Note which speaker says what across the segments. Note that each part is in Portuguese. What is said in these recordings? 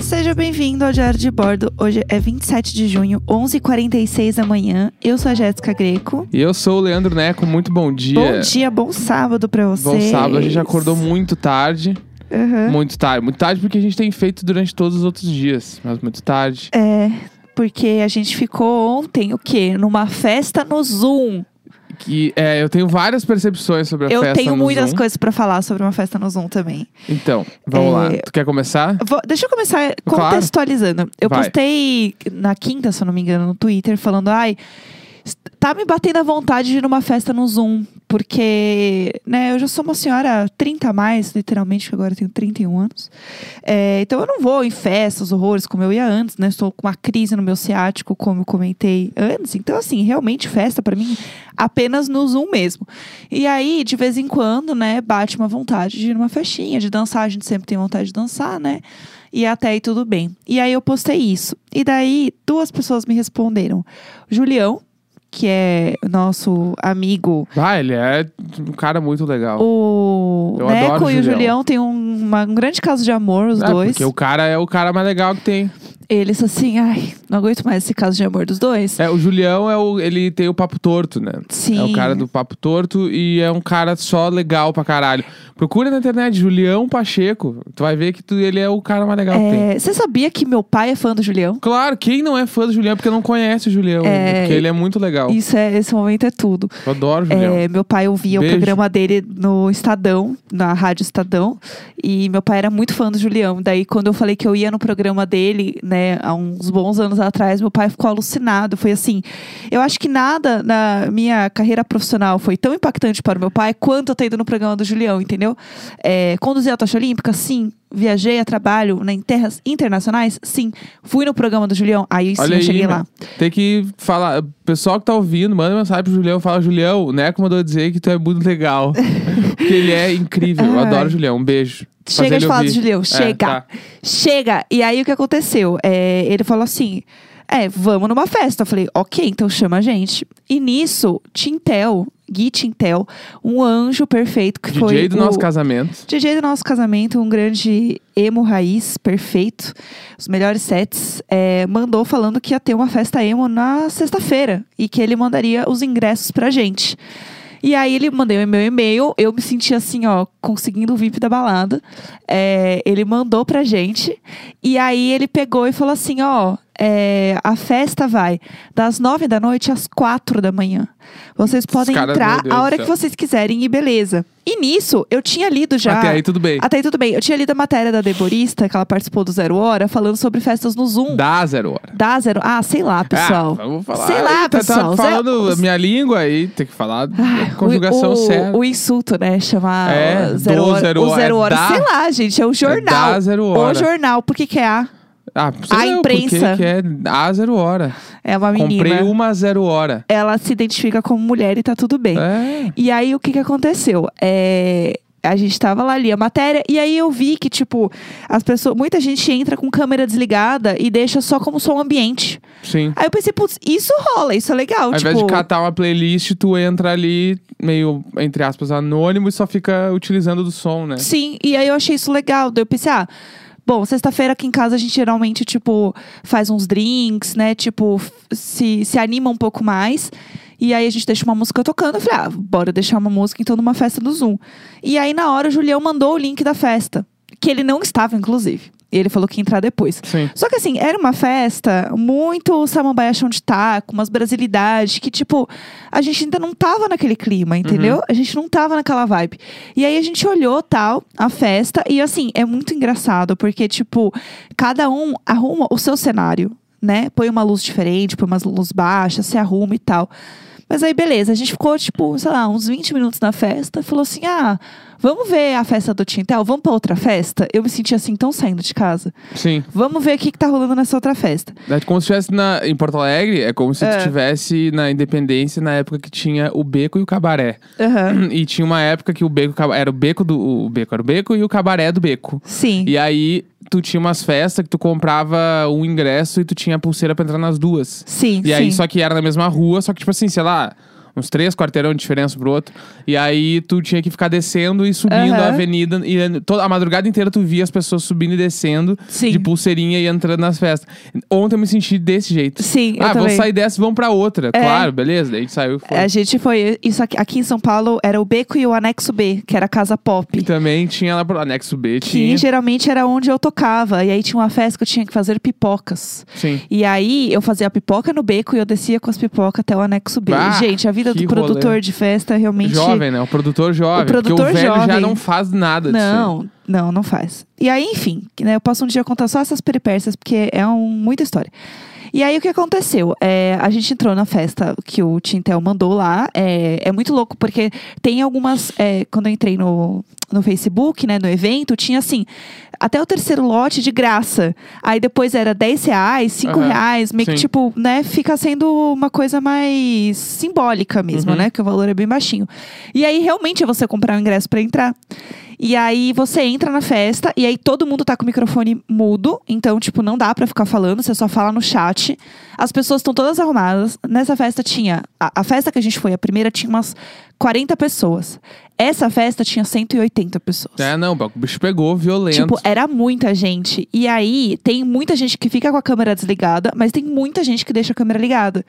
Speaker 1: Seja bem-vindo ao Diário de Bordo. Hoje é 27 de junho, 11h46 da manhã. Eu sou a Jéssica Greco.
Speaker 2: E eu sou o Leandro Neco, muito bom dia.
Speaker 1: Bom dia, bom sábado pra
Speaker 2: Bom
Speaker 1: vocês. É.
Speaker 2: sábado, a gente acordou muito tarde.
Speaker 1: Aham.
Speaker 2: Muito tarde. Muito tarde porque a gente tem feito durante todos os outros dias. Mas muito tarde.
Speaker 1: É, porque a gente ficou ontem, o quê? Numa festa no Zoom.
Speaker 2: Que, é, eu tenho várias percepções sobre a
Speaker 1: Eu
Speaker 2: festa.
Speaker 1: tenho
Speaker 2: no
Speaker 1: muitas
Speaker 2: Zoom.
Speaker 1: coisas pra falar sobre uma festa no Zoom também.
Speaker 2: Então, vamos
Speaker 1: É.
Speaker 2: lá. Tu quer começar?
Speaker 1: Vou- deixa eu começar
Speaker 2: Claro.
Speaker 1: contextualizando. Eu
Speaker 2: Vai.
Speaker 1: postei na quinta, se eu não me engano, no Twitter, falando: ai, s- tá me batendo a vontade de ir numa festa no Zoom, porque, né, eu já sou uma senhora 30 a mais, literalmente, que agora eu tenho 31 anos. É, então eu não vou em festas, horrores, como eu ia antes, né? Estou com uma crise no meu ciático, como eu comentei antes. Então, assim, realmente festa pra mim apenas no Zoom mesmo. E aí, de vez em quando, né, bate uma vontade de ir numa festinha, de dançar. A gente sempre tem vontade de dançar, né? E até aí tudo bem. E aí eu postei isso. E daí, duas pessoas me responderam. Julião, que é nosso amigo
Speaker 2: Vai, ele é um cara muito legal.
Speaker 1: o
Speaker 2: Eu
Speaker 1: Neco
Speaker 2: adoro
Speaker 1: e o
Speaker 2: Julião.
Speaker 1: Julião têm um, uma- um grande caso de amor, os
Speaker 2: É,
Speaker 1: dois.
Speaker 2: Porque o cara é o cara mais legal que tem.
Speaker 1: Eles assim, ai, não aguento mais esse caso de amor dos dois.
Speaker 2: É, o Julião é o, ele tem o papo torto, né?
Speaker 1: Sim.
Speaker 2: É o cara do papo torto e é um cara só legal pra caralho. Procura na internet Julião Pacheco. Tu vai ver que tu- ele é o cara mais legal que tem.
Speaker 1: É, Você sabia que meu pai é fã do Julião?
Speaker 2: Claro, quem não é fã do Julião é porque não conhece o Julião.
Speaker 1: É,
Speaker 2: Porque ele é muito legal.
Speaker 1: Isso é, esse momento é tudo.
Speaker 2: Eu adoro o Julião.
Speaker 1: É, meu pai ouvia o
Speaker 2: Beijo.
Speaker 1: programa dele no Estadão, na Rádio Estadão, e meu pai era muito fã do Julião. Daí, quando eu falei que eu ia no programa dele, né, há uns bons anos atrás, meu pai ficou alucinado. Foi assim: eu acho que nada na minha carreira profissional foi tão impactante para o meu pai quanto eu ter ido no programa do Julião, entendeu? É, conduzi a tocha olímpica? Sim. Viajei a trabalho né, em terras internacionais? Sim. Fui no programa do Julião? Aí sim,
Speaker 2: Olha
Speaker 1: eu
Speaker 2: aí,
Speaker 1: cheguei
Speaker 2: meu.
Speaker 1: lá.
Speaker 2: Tem que falar. Pessoal que tá ouvindo, manda mensagem pro Julião. Fala, Julião, o Neco mandou dizer que tu é muito legal. porque ele é incrível. Eu
Speaker 1: Ai.
Speaker 2: adoro o Julião. Um beijo. Fazer
Speaker 1: Chega
Speaker 2: ele
Speaker 1: de falar do
Speaker 2: ouvir.
Speaker 1: Julião,
Speaker 2: É,
Speaker 1: chega.
Speaker 2: tá.
Speaker 1: Chega! E aí o que aconteceu? É, ele falou assim: É, vamos numa festa. Eu falei, ok, então chama a gente. E nisso, Tintel, Gui Tintel, um anjo perfeito que foi.
Speaker 2: DJ do nosso
Speaker 1: o-
Speaker 2: casamento.
Speaker 1: DJ do nosso casamento, um grande emo raiz, perfeito, os melhores sets, é, mandou falando que ia ter uma festa emo na sexta-feira e que ele mandaria os ingressos pra gente. E aí ele mandou o meu e-mail, eu me senti assim, ó, conseguindo o VIP da balada. É, ele mandou pra gente e aí ele pegou e falou assim, ó, é, a festa vai das nove da noite às quatro da manhã. Vocês podem
Speaker 2: caras,
Speaker 1: entrar
Speaker 2: meu Deus
Speaker 1: a
Speaker 2: do
Speaker 1: hora que
Speaker 2: céu.
Speaker 1: vocês quiserem e beleza. E nisso, eu tinha lido já.
Speaker 2: Até aí tudo bem.
Speaker 1: Até aí tudo bem. Eu tinha lido a matéria da Deborista, que ela participou do Zero Hora, falando sobre festas no Zoom.
Speaker 2: Dá zero hora.
Speaker 1: Dá zero. Ah, sei lá, pessoal.
Speaker 2: Ah, vamos falar.
Speaker 1: Sei lá,
Speaker 2: Ih, tá,
Speaker 1: pessoal.
Speaker 2: Tá falando
Speaker 1: Zero-
Speaker 2: a minha língua aí, tem que falar
Speaker 1: Ah,
Speaker 2: a conjugação
Speaker 1: o, o,
Speaker 2: certa.
Speaker 1: O insulto, né? Chamar
Speaker 2: É,
Speaker 1: o zero
Speaker 2: do
Speaker 1: hora.
Speaker 2: Zero
Speaker 1: o
Speaker 2: Hora,
Speaker 1: zero
Speaker 2: é
Speaker 1: hora.
Speaker 2: da-
Speaker 1: sei lá, gente. É o jornal.
Speaker 2: dá zero
Speaker 1: O
Speaker 2: hora.
Speaker 1: jornal. Por que, que é a? a
Speaker 2: Ah, sei lá, por que
Speaker 1: imprensa.
Speaker 2: Que é a zero hora.
Speaker 1: É uma menina.
Speaker 2: Comprei um. uma a zero hora.
Speaker 1: Ela se identifica como mulher e tá tudo bem.
Speaker 2: É.
Speaker 1: E aí, o que que aconteceu? É, A gente tava lá ali a matéria, e aí eu vi que, tipo, as pessoas. Muita gente entra com câmera desligada e deixa só como som ambiente.
Speaker 2: Sim.
Speaker 1: Aí eu pensei, putz, isso rola, isso é legal.
Speaker 2: Ao
Speaker 1: tipo,
Speaker 2: invés de catar uma playlist, tu entra ali, meio, entre aspas, anônimo e só fica utilizando do som, né?
Speaker 1: Sim, e aí eu achei isso legal. Daí eu pensei, ah. Bom, sexta-feira aqui em casa a gente geralmente, tipo, faz uns drinks, né? Tipo, f- se, se anima um pouco mais. E aí a gente deixa uma música tocando. Eu falei, ah, bora deixar uma música então numa festa do Zoom. E aí na hora o Julião mandou o link da festa, que ele não estava, inclusive. E ele falou que ia entrar depois.
Speaker 2: Sim.
Speaker 1: Só que assim, era uma festa muito samambaia chão de taco, umas brasilidades, que tipo, a gente ainda não tava naquele clima, entendeu? A gente não tava naquela vibe. E aí a gente olhou tal, a festa, e assim, é muito engraçado, porque tipo, cada um arruma o seu cenário, né? Põe uma luz diferente, põe umas luz baixas, se arruma e tal. Mas aí, beleza, a gente ficou, tipo, sei lá, uns 20 minutos na festa. Falou assim: ah, vamos ver a festa do Tintel, vamos pra outra festa? Eu me senti assim, tão saindo de casa.
Speaker 2: Sim.
Speaker 1: Vamos ver o que, que tá rolando nessa outra festa.
Speaker 2: É como se estivesse na, em Porto Alegre, é como se tu estivesse na Independência na época que tinha o Beco e o Cabaré. E tinha uma época que o Beco e o Cabaré- era o Beco do o Beco, era o Beco e o Cabaré do Beco.
Speaker 1: Sim.
Speaker 2: E aí, tu tinha umas festas que tu comprava um ingresso e tu tinha pulseira pra entrar nas duas.
Speaker 1: Sim,
Speaker 2: E aí,
Speaker 1: sim.
Speaker 2: só que era na mesma rua, só que, tipo assim, sei lá, uns três quarteirão de diferença um pro outro. E aí tu tinha que ficar descendo e subindo
Speaker 1: Aham.
Speaker 2: a avenida. E é, toda, a madrugada inteira tu via as pessoas subindo e descendo
Speaker 1: Sim.
Speaker 2: de pulseirinha e entrando nas festas. Ontem eu me senti desse jeito.
Speaker 1: Sim, eu
Speaker 2: ah, vou
Speaker 1: também. É.
Speaker 2: sair dessa e vamos pra outra. Claro, beleza. Daí a gente saiu e foi.
Speaker 1: A gente foi. Isso aqui, aqui em São Paulo era o Beco e o Anexo B, que era a Casa
Speaker 2: E
Speaker 1: Pop.
Speaker 2: também tinha lá pro anexo B,
Speaker 1: Que
Speaker 2: Então, tinha.
Speaker 1: geralmente era onde eu tocava. E aí tinha uma festa que eu tinha que fazer pipocas.
Speaker 2: Sim.
Speaker 1: E aí eu fazia a pipoca no beco e eu descia com as pipocas até o anexo B.
Speaker 2: Bah,
Speaker 1: gente, a vida
Speaker 2: que
Speaker 1: do produtor
Speaker 2: rolê.
Speaker 1: de festa é realmente.
Speaker 2: Jovem, né? O produtor jovem.
Speaker 1: O produtor
Speaker 2: porque o velho já
Speaker 1: jovem.
Speaker 2: não faz nada disso. aí.
Speaker 1: Não, não, não faz. E aí, enfim, que, né, eu posso um dia contar só essas peripécias, porque é um, muita história. E aí, o que aconteceu? É, a gente entrou na festa que o Tintel mandou lá. É, é muito louco, porque tem algumas. é, quando eu entrei no, no Facebook, né, no evento, tinha assim. Até o terceiro lote de graça. Aí depois era 10 reais, 5
Speaker 2: Aham,
Speaker 1: reais, meio que
Speaker 2: sim.
Speaker 1: tipo, né? Fica sendo uma coisa mais simbólica mesmo,
Speaker 2: Uhum.
Speaker 1: né? Que o valor é bem baixinho. E aí realmente é você comprar o ingresso pra entrar. E aí você entra na festa e aí todo mundo tá com o microfone mudo, então tipo não dá pra ficar falando, você só fala no chat. As pessoas estão todas arrumadas. Nessa festa tinha a, a festa que a gente foi, a primeira tinha umas 40 pessoas. Essa festa tinha 180 pessoas.
Speaker 2: É, não, o bicho pegou violento.
Speaker 1: Tipo, era muita gente. E aí, tem muita gente que fica com a câmera desligada, mas tem muita gente que deixa a câmera ligada.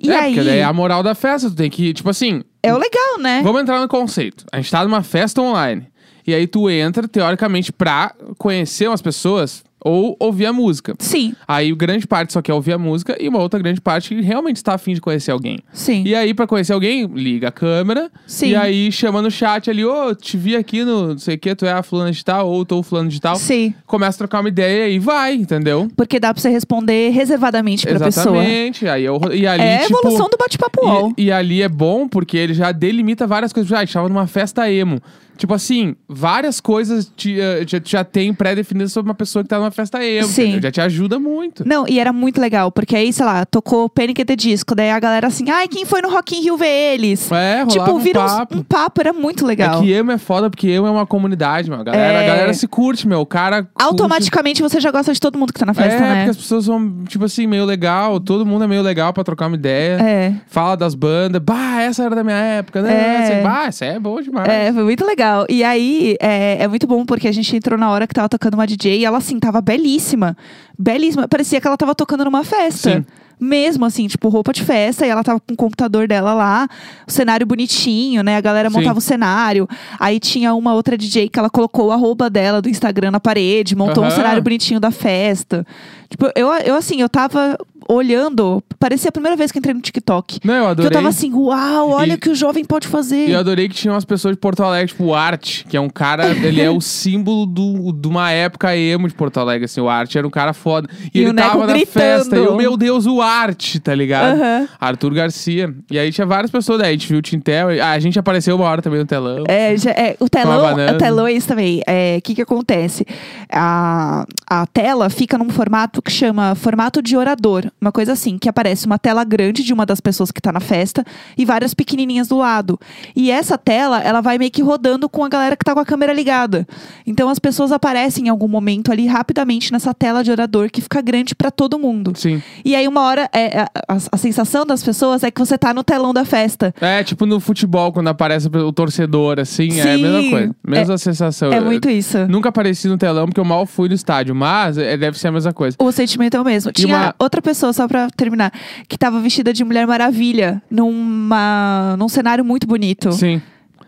Speaker 1: E
Speaker 2: é,
Speaker 1: aí,
Speaker 2: porque daí é a moral da festa. Tu tem que, tipo assim,
Speaker 1: é o legal, né?
Speaker 2: Vamos entrar no conceito. A gente tá numa festa online. E aí tu entra, teoricamente, pra conhecer umas pessoas ou ouvir a música.
Speaker 1: Sim,
Speaker 2: Aí grande parte só quer ouvir a música e uma outra grande parte realmente está afim de conhecer alguém.
Speaker 1: sim.
Speaker 2: E aí, pra conhecer alguém, liga a câmera.
Speaker 1: Sim.
Speaker 2: E aí chama no chat ali, ô, te vi aqui no não sei o que, tu é a fulana de tal, ou tô o fulano de tal.
Speaker 1: Sim.
Speaker 2: Começa a trocar uma ideia e vai, entendeu?
Speaker 1: Porque dá pra você responder reservadamente pra pessoa.
Speaker 2: Exatamente. Aí eu, e ali,
Speaker 1: é a
Speaker 2: tipo,
Speaker 1: evolução do bate-papo
Speaker 2: e-
Speaker 1: UOL.
Speaker 2: E, ali é bom porque ele já delimita várias coisas. Ah, Já estava numa festa emo. Tipo assim, várias coisas te, eh, já, já tem pré-definidas sobre uma pessoa que tá numa festa emo.
Speaker 1: Sim.
Speaker 2: entendeu? Já te ajuda muito.
Speaker 1: Não, e era muito legal, porque aí, sei lá, tocou Panic! at the Disco, daí a galera assim, ai, quem foi no Rock in Rio ver eles?
Speaker 2: É, rolava
Speaker 1: tipo,
Speaker 2: um
Speaker 1: vira uns-
Speaker 2: papo.
Speaker 1: um papo, era muito legal.
Speaker 2: É que emo é foda porque emo é uma comunidade, mano. A galera,
Speaker 1: É.
Speaker 2: a galera se curte, meu. O cara. curte-
Speaker 1: Automaticamente você já gosta de todo mundo que tá na
Speaker 2: É,
Speaker 1: festa, né?
Speaker 2: porque as pessoas são, tipo assim, meio legal. Todo mundo é meio legal pra trocar uma ideia.
Speaker 1: É.
Speaker 2: Fala das bandas. Bah, essa era da minha época. Né?
Speaker 1: É.
Speaker 2: Assim, bah, essa é boa demais.
Speaker 1: É, foi muito legal. E aí, é, é muito bom porque a gente entrou na hora que tava tocando uma DJ e ela, assim, tava belíssima. Belíssima. Parecia que ela tava tocando numa festa.
Speaker 2: Sim.
Speaker 1: Mesmo assim, tipo, roupa de festa, e ela tava com o computador dela lá, o cenário bonitinho, né? A galera
Speaker 2: Sim.
Speaker 1: montava o cenário. Aí tinha uma outra DJ que ela colocou o arroba dela do Instagram na parede, montou um
Speaker 2: Aham.
Speaker 1: cenário bonitinho da festa. Tipo, eu, eu assim, eu tava olhando, parecia a primeira vez que eu entrei no TikTok.
Speaker 2: Não, eu
Speaker 1: Que eu
Speaker 2: adorei.
Speaker 1: tava assim, uau, olha
Speaker 2: E-
Speaker 1: o que o jovem pode fazer.
Speaker 2: E eu adorei que tinha umas pessoas de Porto Alegre, tipo o Arte, que é um cara, ele é o símbolo do, de uma época emo de Porto Alegre, assim, o Arte era um cara foda. E,
Speaker 1: E
Speaker 2: ele
Speaker 1: o Neco
Speaker 2: tava na
Speaker 1: gritando.
Speaker 2: festa, e eu, meu Deus, o Arte, tá ligado?
Speaker 1: Aham.
Speaker 2: Arthur Garcia. E aí tinha várias pessoas daí, a gente viu o Tintel, e- ah, a gente apareceu uma hora também no telão.
Speaker 1: É, já- é, o telão,
Speaker 2: Uma banana.
Speaker 1: o telão é isso também. O que que acontece? A, a tela fica num formato que chama formato de orador. Uma coisa assim, que aparece uma tela grande de uma das pessoas que tá na festa e várias pequenininhas do lado. E essa tela, ela vai meio que rodando com a galera que tá com a câmera ligada. Então as pessoas aparecem em algum momento ali rapidamente nessa tela de orador que fica grande pra todo mundo.
Speaker 2: Sim.
Speaker 1: E aí uma hora, é, a, a- a sensação das pessoas é que você tá no telão da festa.
Speaker 2: É, tipo no futebol, quando aparece o torcedor, assim, é a
Speaker 1: Sim.
Speaker 2: mesma coisa. Mesma sensação.
Speaker 1: É
Speaker 2: Eu-
Speaker 1: muito isso.
Speaker 2: Nunca apareci no telão, porque eu mal fui no estádio, mas é, deve ser a mesma coisa.
Speaker 1: O sentimento é o mesmo. Tinha
Speaker 2: uma-
Speaker 1: outra pessoa, só pra terminar, que tava vestida de Mulher Maravilha numa, num cenário muito bonito.
Speaker 2: Sim.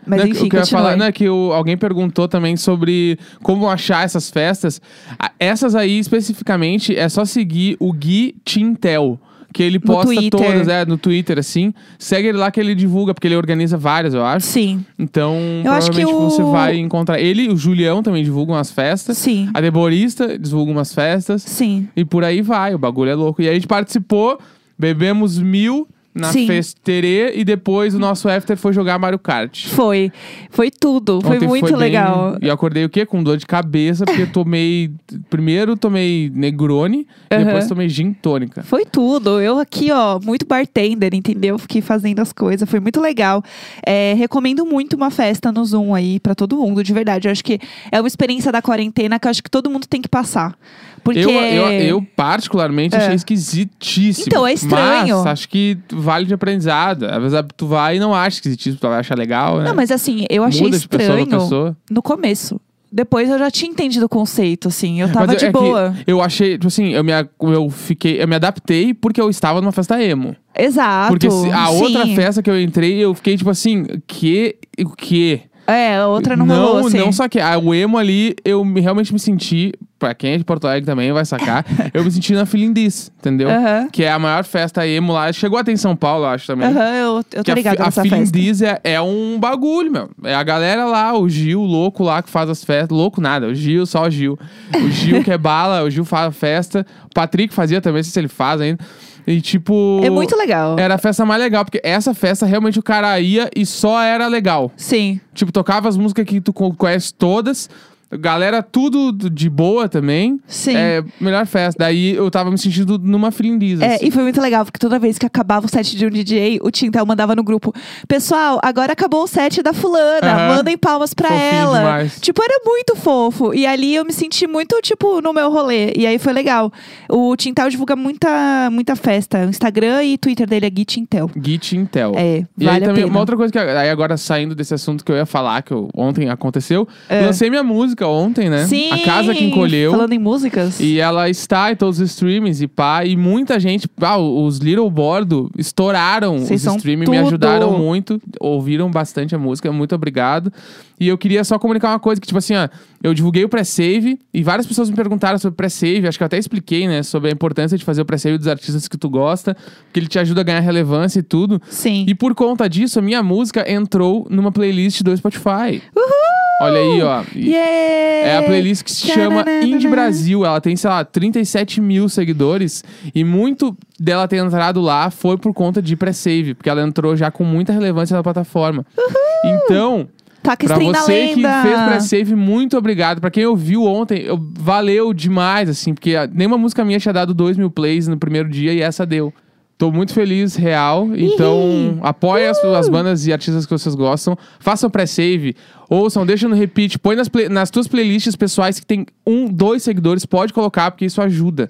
Speaker 1: Mas
Speaker 2: Não,
Speaker 1: enfim,
Speaker 2: o que eu ia
Speaker 1: continue.
Speaker 2: falar, não, é que o- alguém perguntou também sobre como achar essas festas. A- Essas aí, especificamente, é só seguir o Gui Tintel. Que ele posta
Speaker 1: Twitter.
Speaker 2: todas, é, no Twitter, assim. Segue ele lá que ele divulga, porque ele organiza várias, eu acho.
Speaker 1: Sim,
Speaker 2: Então,
Speaker 1: Eu acho
Speaker 2: provavelmente
Speaker 1: que o-
Speaker 2: você vai encontrar. Ele e o Julião também divulgam as festas.
Speaker 1: sim,
Speaker 2: A Deborista divulga umas festas.
Speaker 1: sim.
Speaker 2: E por aí vai, o bagulho é louco. E aí a gente participou, bebemos mil na
Speaker 1: Sim.
Speaker 2: festerê e depois o nosso after foi jogar Mario Kart.
Speaker 1: Foi. Foi tudo. Foi
Speaker 2: Ontem
Speaker 1: muito
Speaker 2: bem-
Speaker 1: legal.
Speaker 2: E eu acordei o quê? Com dor de cabeça, porque eu tomei. Primeiro tomei Negroni,
Speaker 1: Aham.
Speaker 2: depois tomei gin tônica.
Speaker 1: Foi tudo. Eu aqui, ó, muito bartender, entendeu? Fiquei fazendo as coisas. Foi muito legal. É, recomendo muito uma festa no Zoom aí pra todo mundo, de verdade. Eu acho que é uma experiência da quarentena que eu acho que todo mundo tem que passar. Porque.
Speaker 2: Eu, eu, eu particularmente, achei esquisitíssimo.
Speaker 1: É. Então, é estranho.
Speaker 2: Mas acho que vale de aprendizado. Às vezes tu vai e não acha esquisitíssimo, tu vai achar legal, né?
Speaker 1: Não, mas assim, eu achei
Speaker 2: Muda de pessoa pra
Speaker 1: estranho
Speaker 2: pessoa.
Speaker 1: no começo. Depois eu já tinha entendido o conceito, assim. Eu tava
Speaker 2: Mas eu-
Speaker 1: de
Speaker 2: é que
Speaker 1: boa.
Speaker 2: Eu achei, tipo assim, eu me, a- eu, fiquei, eu me adaptei porque eu estava numa festa emo.
Speaker 1: Exato.
Speaker 2: porque se- a
Speaker 1: sim.
Speaker 2: outra festa que eu entrei, eu fiquei tipo assim, que, o que?
Speaker 1: É, a outra não,
Speaker 2: não
Speaker 1: rolou, assim.
Speaker 2: Não, só que o emo ali, eu me- realmente me senti, pra quem é de Porto Alegre também vai sacar, eu me senti na Filindiz, entendeu?
Speaker 1: Aham.
Speaker 2: Que é a maior festa emo lá. Chegou até em São Paulo, eu acho também.
Speaker 1: Aham, eu, eu
Speaker 2: Que
Speaker 1: tô
Speaker 2: a, fi-
Speaker 1: ligada
Speaker 2: a
Speaker 1: nessa
Speaker 2: Feeling
Speaker 1: festa.
Speaker 2: Diz é, é um bagulho, meu. É a galera lá, o Gil, o louco lá que faz as festas. Louco nada, o Gil, só o Gil. O Gil que é bala, o Gil faz a festa. O Patrick fazia também, não sei se ele faz ainda. E tipo.
Speaker 1: É muito legal.
Speaker 2: Era a festa mais legal, porque essa festa realmente o cara ia e só era legal.
Speaker 1: Sim.
Speaker 2: Tipo, tocava as músicas que tu co- conhece todas. Galera, tudo de boa também.
Speaker 1: Sim.
Speaker 2: É, melhor festa. Daí eu tava me sentindo numa assim. filindiza.
Speaker 1: É, e foi muito legal, porque toda vez que acabava o set de um DJ, o Tintel mandava no grupo: Pessoal, agora acabou o set da fulana,
Speaker 2: Aham.
Speaker 1: mandem palmas pra
Speaker 2: Fofinho
Speaker 1: ela.
Speaker 2: demais.
Speaker 1: Tipo, era muito fofo. E ali eu me senti muito, tipo, no meu rolê. E aí foi legal. O Tintel divulga muita, muita festa. O Instagram e Twitter dele é Gui Tintel.
Speaker 2: Git Intel.
Speaker 1: É,
Speaker 2: E aí
Speaker 1: vale a
Speaker 2: também,
Speaker 1: pena.
Speaker 2: uma outra coisa que aí agora saindo desse assunto que eu ia falar, que eu- ontem aconteceu, lancei minha música ontem, né?
Speaker 1: É. Sim!
Speaker 2: A Casa que Encolheu.
Speaker 1: Falando em músicas.
Speaker 2: E ela está em todos os streamings e pá, e muita gente, pá, os Little Bordo estouraram
Speaker 1: Vocês
Speaker 2: os
Speaker 1: são
Speaker 2: streamings, me
Speaker 1: tudo.
Speaker 2: ajudaram muito, ouviram bastante a música, muito obrigado. E eu queria só comunicar uma coisa, que tipo assim, ó, eu divulguei o pré-save e várias pessoas me perguntaram sobre o pré-save, acho que eu até expliquei, né, sobre a importância de fazer o pré-save dos artistas que tu gosta, porque ele te ajuda a ganhar relevância e tudo.
Speaker 1: Sim.
Speaker 2: E por conta disso, a minha música entrou numa playlist do Spotify. Uhul! Olha aí, ó. E-
Speaker 1: Yeah!
Speaker 2: é a playlist que se chama
Speaker 1: Tchananana.
Speaker 2: Indie Brasil. Ela tem, sei lá, 37 mil seguidores. E muito dela ter entrado lá foi por conta de pré-save. Porque ela entrou já com muita relevância na plataforma. Então,
Speaker 1: Tá que
Speaker 2: pra
Speaker 1: stream da
Speaker 2: você que
Speaker 1: lenda.
Speaker 2: fez pré-save, muito obrigado. Pra quem ouviu ontem, eu- valeu demais, assim. Porque a- nenhuma música minha tinha dado 2 mil plays no primeiro dia e essa deu. Tô muito feliz, real. Então, apoiem as, as bandas e artistas que vocês gostam. Façam pré-save. Ouçam, deixa no repeat. Põe nas, play- nas tuas playlists pessoais que tem um, dois seguidores. Pode colocar, porque isso ajuda.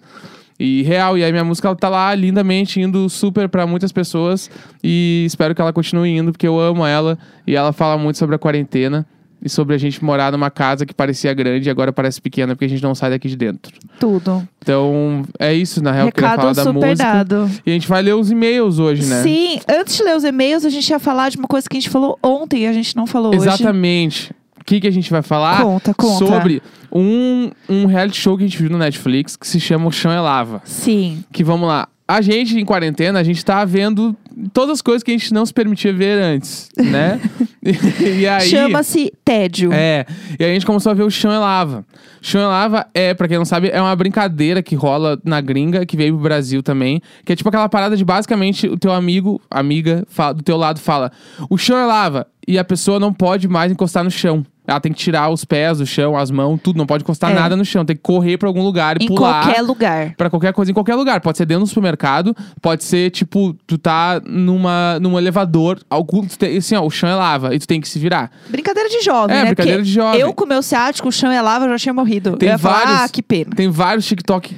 Speaker 2: E real, e aí minha música ela tá lá lindamente indo super pra muitas pessoas. E espero que ela continue indo, porque eu amo ela. E ela fala muito sobre a quarentena e sobre a gente morar numa casa que parecia grande e agora parece pequena, porque a gente não sai daqui de dentro.
Speaker 1: Tudo.
Speaker 2: Então, é isso, na real, que eu queria falar
Speaker 1: Recado
Speaker 2: da
Speaker 1: super
Speaker 2: música.
Speaker 1: dado.
Speaker 2: E a gente vai ler os e-mails hoje, né?
Speaker 1: Sim, antes de ler os e-mails, a gente ia falar de uma coisa que a gente falou ontem e a gente não falou hoje.
Speaker 2: Exatamente. O que, que a gente vai falar?
Speaker 1: Conta, conta.
Speaker 2: Sobre um, um reality show que a gente viu no Netflix que se chama O Chão é Lava.
Speaker 1: Sim.
Speaker 2: Que vamos lá. A gente, em quarentena, a gente tá vendo todas as coisas que a gente não se permitia ver antes, né? e aí.
Speaker 1: Chama-se Tédio.
Speaker 2: É, e aí a gente começou a ver o Chão é Lava. Chão é Lava é, pra quem não sabe, é uma brincadeira que rola na gringa, que veio pro Brasil também. Que é tipo aquela parada de basicamente o teu amigo, amiga, fa- do teu lado fala: o chão é lava e a pessoa não pode mais encostar no chão. Ela tem que tirar os pés do chão, as mãos, tudo. Não pode encostar
Speaker 1: É.
Speaker 2: nada no chão. Tem que correr pra algum lugar e
Speaker 1: em
Speaker 2: pular.
Speaker 1: qualquer lugar.
Speaker 2: Pra qualquer coisa, em qualquer lugar. Pode ser dentro do supermercado, pode ser, tipo, tu tá numa, num elevador, algum, tu tem- assim, ó, o chão é lava e tu tem que se virar.
Speaker 1: Brincadeira de jovem,
Speaker 2: É,
Speaker 1: né?
Speaker 2: brincadeira
Speaker 1: Porque
Speaker 2: de jovem.
Speaker 1: Eu com meu ciático, o chão é lava, eu já tinha morrido.
Speaker 2: Tem
Speaker 1: eu ia
Speaker 2: vários.
Speaker 1: falar, ah, que pena.
Speaker 2: Tem vários TikTok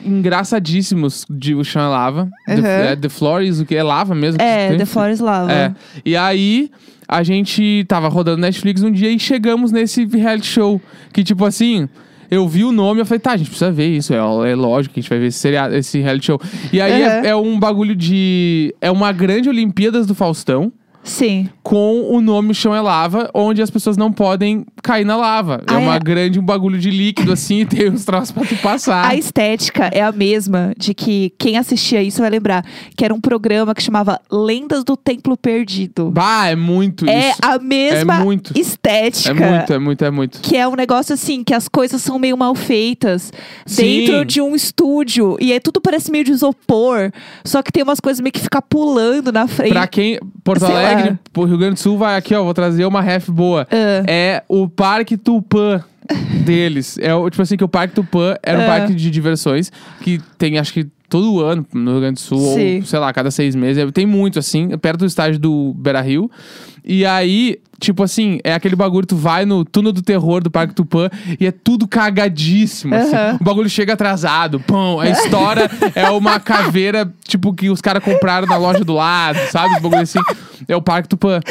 Speaker 2: engraçadíssimos de o chão é lava.
Speaker 1: Uhum.
Speaker 2: The, é, The Floor is o que? É lava mesmo? que
Speaker 1: É,
Speaker 2: tem?
Speaker 1: The Forest Lava.
Speaker 2: É. E aí, a gente tava rodando Netflix um dia e chegamos nesse reality show. Que tipo assim. Eu vi o nome, eu falei, tá, a gente precisa ver isso. É, é lógico que a gente vai ver esse, seriado, esse reality show. E aí
Speaker 1: Uhum.
Speaker 2: é, é um bagulho de. É uma grande Olimpíadas do Faustão
Speaker 1: Sim.
Speaker 2: com o nome O Chão é Lava, onde as pessoas não podem cair na lava. é
Speaker 1: Ah,
Speaker 2: uma
Speaker 1: é?
Speaker 2: grande, um bagulho de líquido assim e tem uns troços pra tu passar.
Speaker 1: A estética é a mesma de que quem assistia isso vai lembrar. Que era um programa que chamava Lendas do Templo Perdido.
Speaker 2: Bah, é muito
Speaker 1: é
Speaker 2: isso.
Speaker 1: a mesma
Speaker 2: muito.
Speaker 1: estética.
Speaker 2: É muito, é muito, é muito.
Speaker 1: Que é um negócio assim, que as coisas são meio mal feitas
Speaker 2: Sim.
Speaker 1: dentro de um estúdio. E aí tudo parece meio de isopor. Só que tem umas coisas meio que fica pulando na frente.
Speaker 2: Pra quem. Porto
Speaker 1: Sei lá.
Speaker 2: Alegre, pro Rio Grande do Sul, vai aqui, ó. Vou trazer uma ref boa.
Speaker 1: Ah.
Speaker 2: É o Parque Tupã deles. É o, tipo assim, que o Parque Tupã era um
Speaker 1: Ah.
Speaker 2: parque de diversões que tem, acho que. Todo ano no Rio Grande do Sul,
Speaker 1: Sim.
Speaker 2: É, ou sei lá, cada seis meses. Tem muito, assim, perto do estádio do Beira Rio. E aí, tipo assim, é aquele bagulho, tu vai no túnel do terror do Parque Tupã e é tudo cagadíssimo. assim.
Speaker 1: Aham.
Speaker 2: O bagulho chega atrasado, pão, a história é uma caveira, tipo, que os caras compraram na loja do lado, sabe? Os bagulho assim. É o Parque Tupã.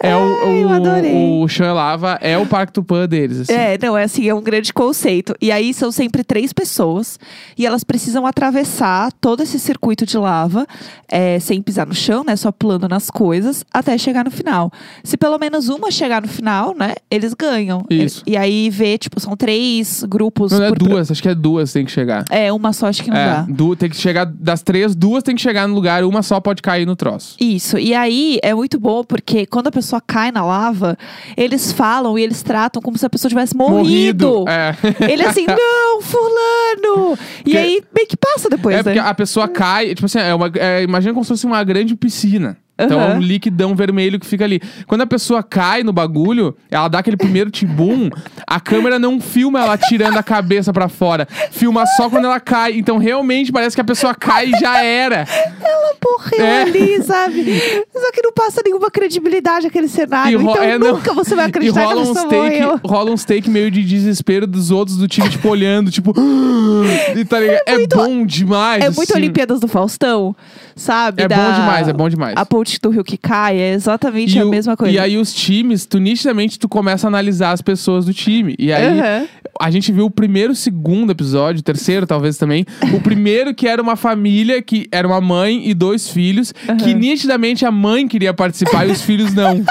Speaker 2: É
Speaker 1: Ai, eu adorei.
Speaker 2: o, o, o Chão é Lava, é o Parque Tupã deles, assim.
Speaker 1: É, não, é assim, é um grande conceito. E aí são sempre três pessoas e elas precisam atravessar todo esse circuito de lava é, sem pisar no chão, né? Só pulando nas coisas até chegar no final. Se pelo menos uma chegar no final, né? Eles ganham.
Speaker 2: Isso.
Speaker 1: E, e aí vê, tipo, são três grupos.
Speaker 2: Não, não é
Speaker 1: por-
Speaker 2: duas, acho que é duas tem que chegar.
Speaker 1: É, uma só acho que não
Speaker 2: É,
Speaker 1: dá.
Speaker 2: du- tem que chegar das três, duas tem que chegar no lugar, uma só pode cair no troço.
Speaker 1: Isso, e aí é muito bom porque quando a pessoa cai na lava, eles falam e eles tratam como se a pessoa tivesse morrido.
Speaker 2: É.
Speaker 1: Ele assim, não, fulano! E
Speaker 2: Porque-
Speaker 1: aí meio que passa depois,
Speaker 2: é porque
Speaker 1: né?
Speaker 2: a pessoa cai, tipo assim, é uma, é, imagina como se fosse uma grande piscina. Então é um
Speaker 1: Aham.
Speaker 2: liquidão vermelho que fica ali. Quando a pessoa cai no bagulho, ela dá aquele primeiro tibum, a câmera não filma ela tirando a cabeça pra fora. Filma só quando ela cai. Então realmente parece que a pessoa cai e já era.
Speaker 1: Ela morreu
Speaker 2: É.
Speaker 1: ali, sabe? Só que não passa nenhuma credibilidade aquele cenário.
Speaker 2: ro-
Speaker 1: Então
Speaker 2: é, não.
Speaker 1: nunca você vai acreditar que
Speaker 2: e
Speaker 1: a
Speaker 2: rola uns
Speaker 1: pessoa
Speaker 2: take,
Speaker 1: morreu.
Speaker 2: rola uns take meio de desespero dos outros do time, tipo, olhando, tipo. e tá ligado? É,
Speaker 1: muito-
Speaker 2: bom demais.
Speaker 1: É muito
Speaker 2: assim.
Speaker 1: Olimpíadas do Faustão, sabe?
Speaker 2: É
Speaker 1: Da-
Speaker 2: bom demais, é bom demais.
Speaker 1: A ponte do rio que cai é exatamente a
Speaker 2: o-
Speaker 1: mesma coisa.
Speaker 2: E aí os times, tu nitidamente tu começa a analisar as pessoas do time. E aí
Speaker 1: Aham.
Speaker 2: a gente viu o primeiro, o segundo episódio, o terceiro talvez também. O primeiro que era uma família que era uma mãe e dois filhos, que nitidamente a mãe queria participar e os filhos não.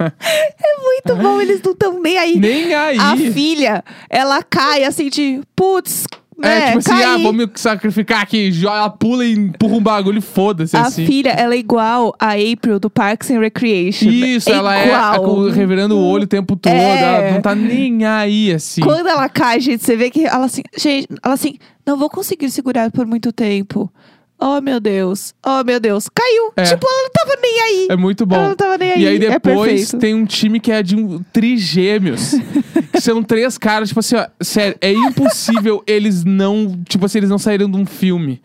Speaker 1: É Muito bom, eles não estão nem aí.
Speaker 2: Nem aí.
Speaker 1: A filha, ela cai assim de, putz,
Speaker 2: é,
Speaker 1: né,
Speaker 2: tipo assim,
Speaker 1: caí.
Speaker 2: ah, vou me sacrificar aqui. jo- Ela pula e empurra um bagulho, e foda-se
Speaker 1: A
Speaker 2: assim.
Speaker 1: filha, ela é igual a April do Parks and Recreation.
Speaker 2: Isso,
Speaker 1: é
Speaker 2: ela é
Speaker 1: igual.
Speaker 2: a- com- revirando o olho o tempo todo.
Speaker 1: É.
Speaker 2: Ela não tá nem aí, assim.
Speaker 1: Quando ela cai, gente, você vê que ela assim, gente, ela assim, não vou conseguir segurar por muito tempo. Oh, meu Deus. Oh, meu Deus. Caiu.
Speaker 2: É.
Speaker 1: Tipo, ela não tava nem aí.
Speaker 2: É muito bom.
Speaker 1: Ela não tava nem aí.
Speaker 2: E aí
Speaker 1: É
Speaker 2: depois
Speaker 1: perfeito.
Speaker 2: tem um time que é de um trigêmeos. que são três caras, tipo assim, ó, sério, é impossível eles não, tipo assim, eles não saíram de um filme.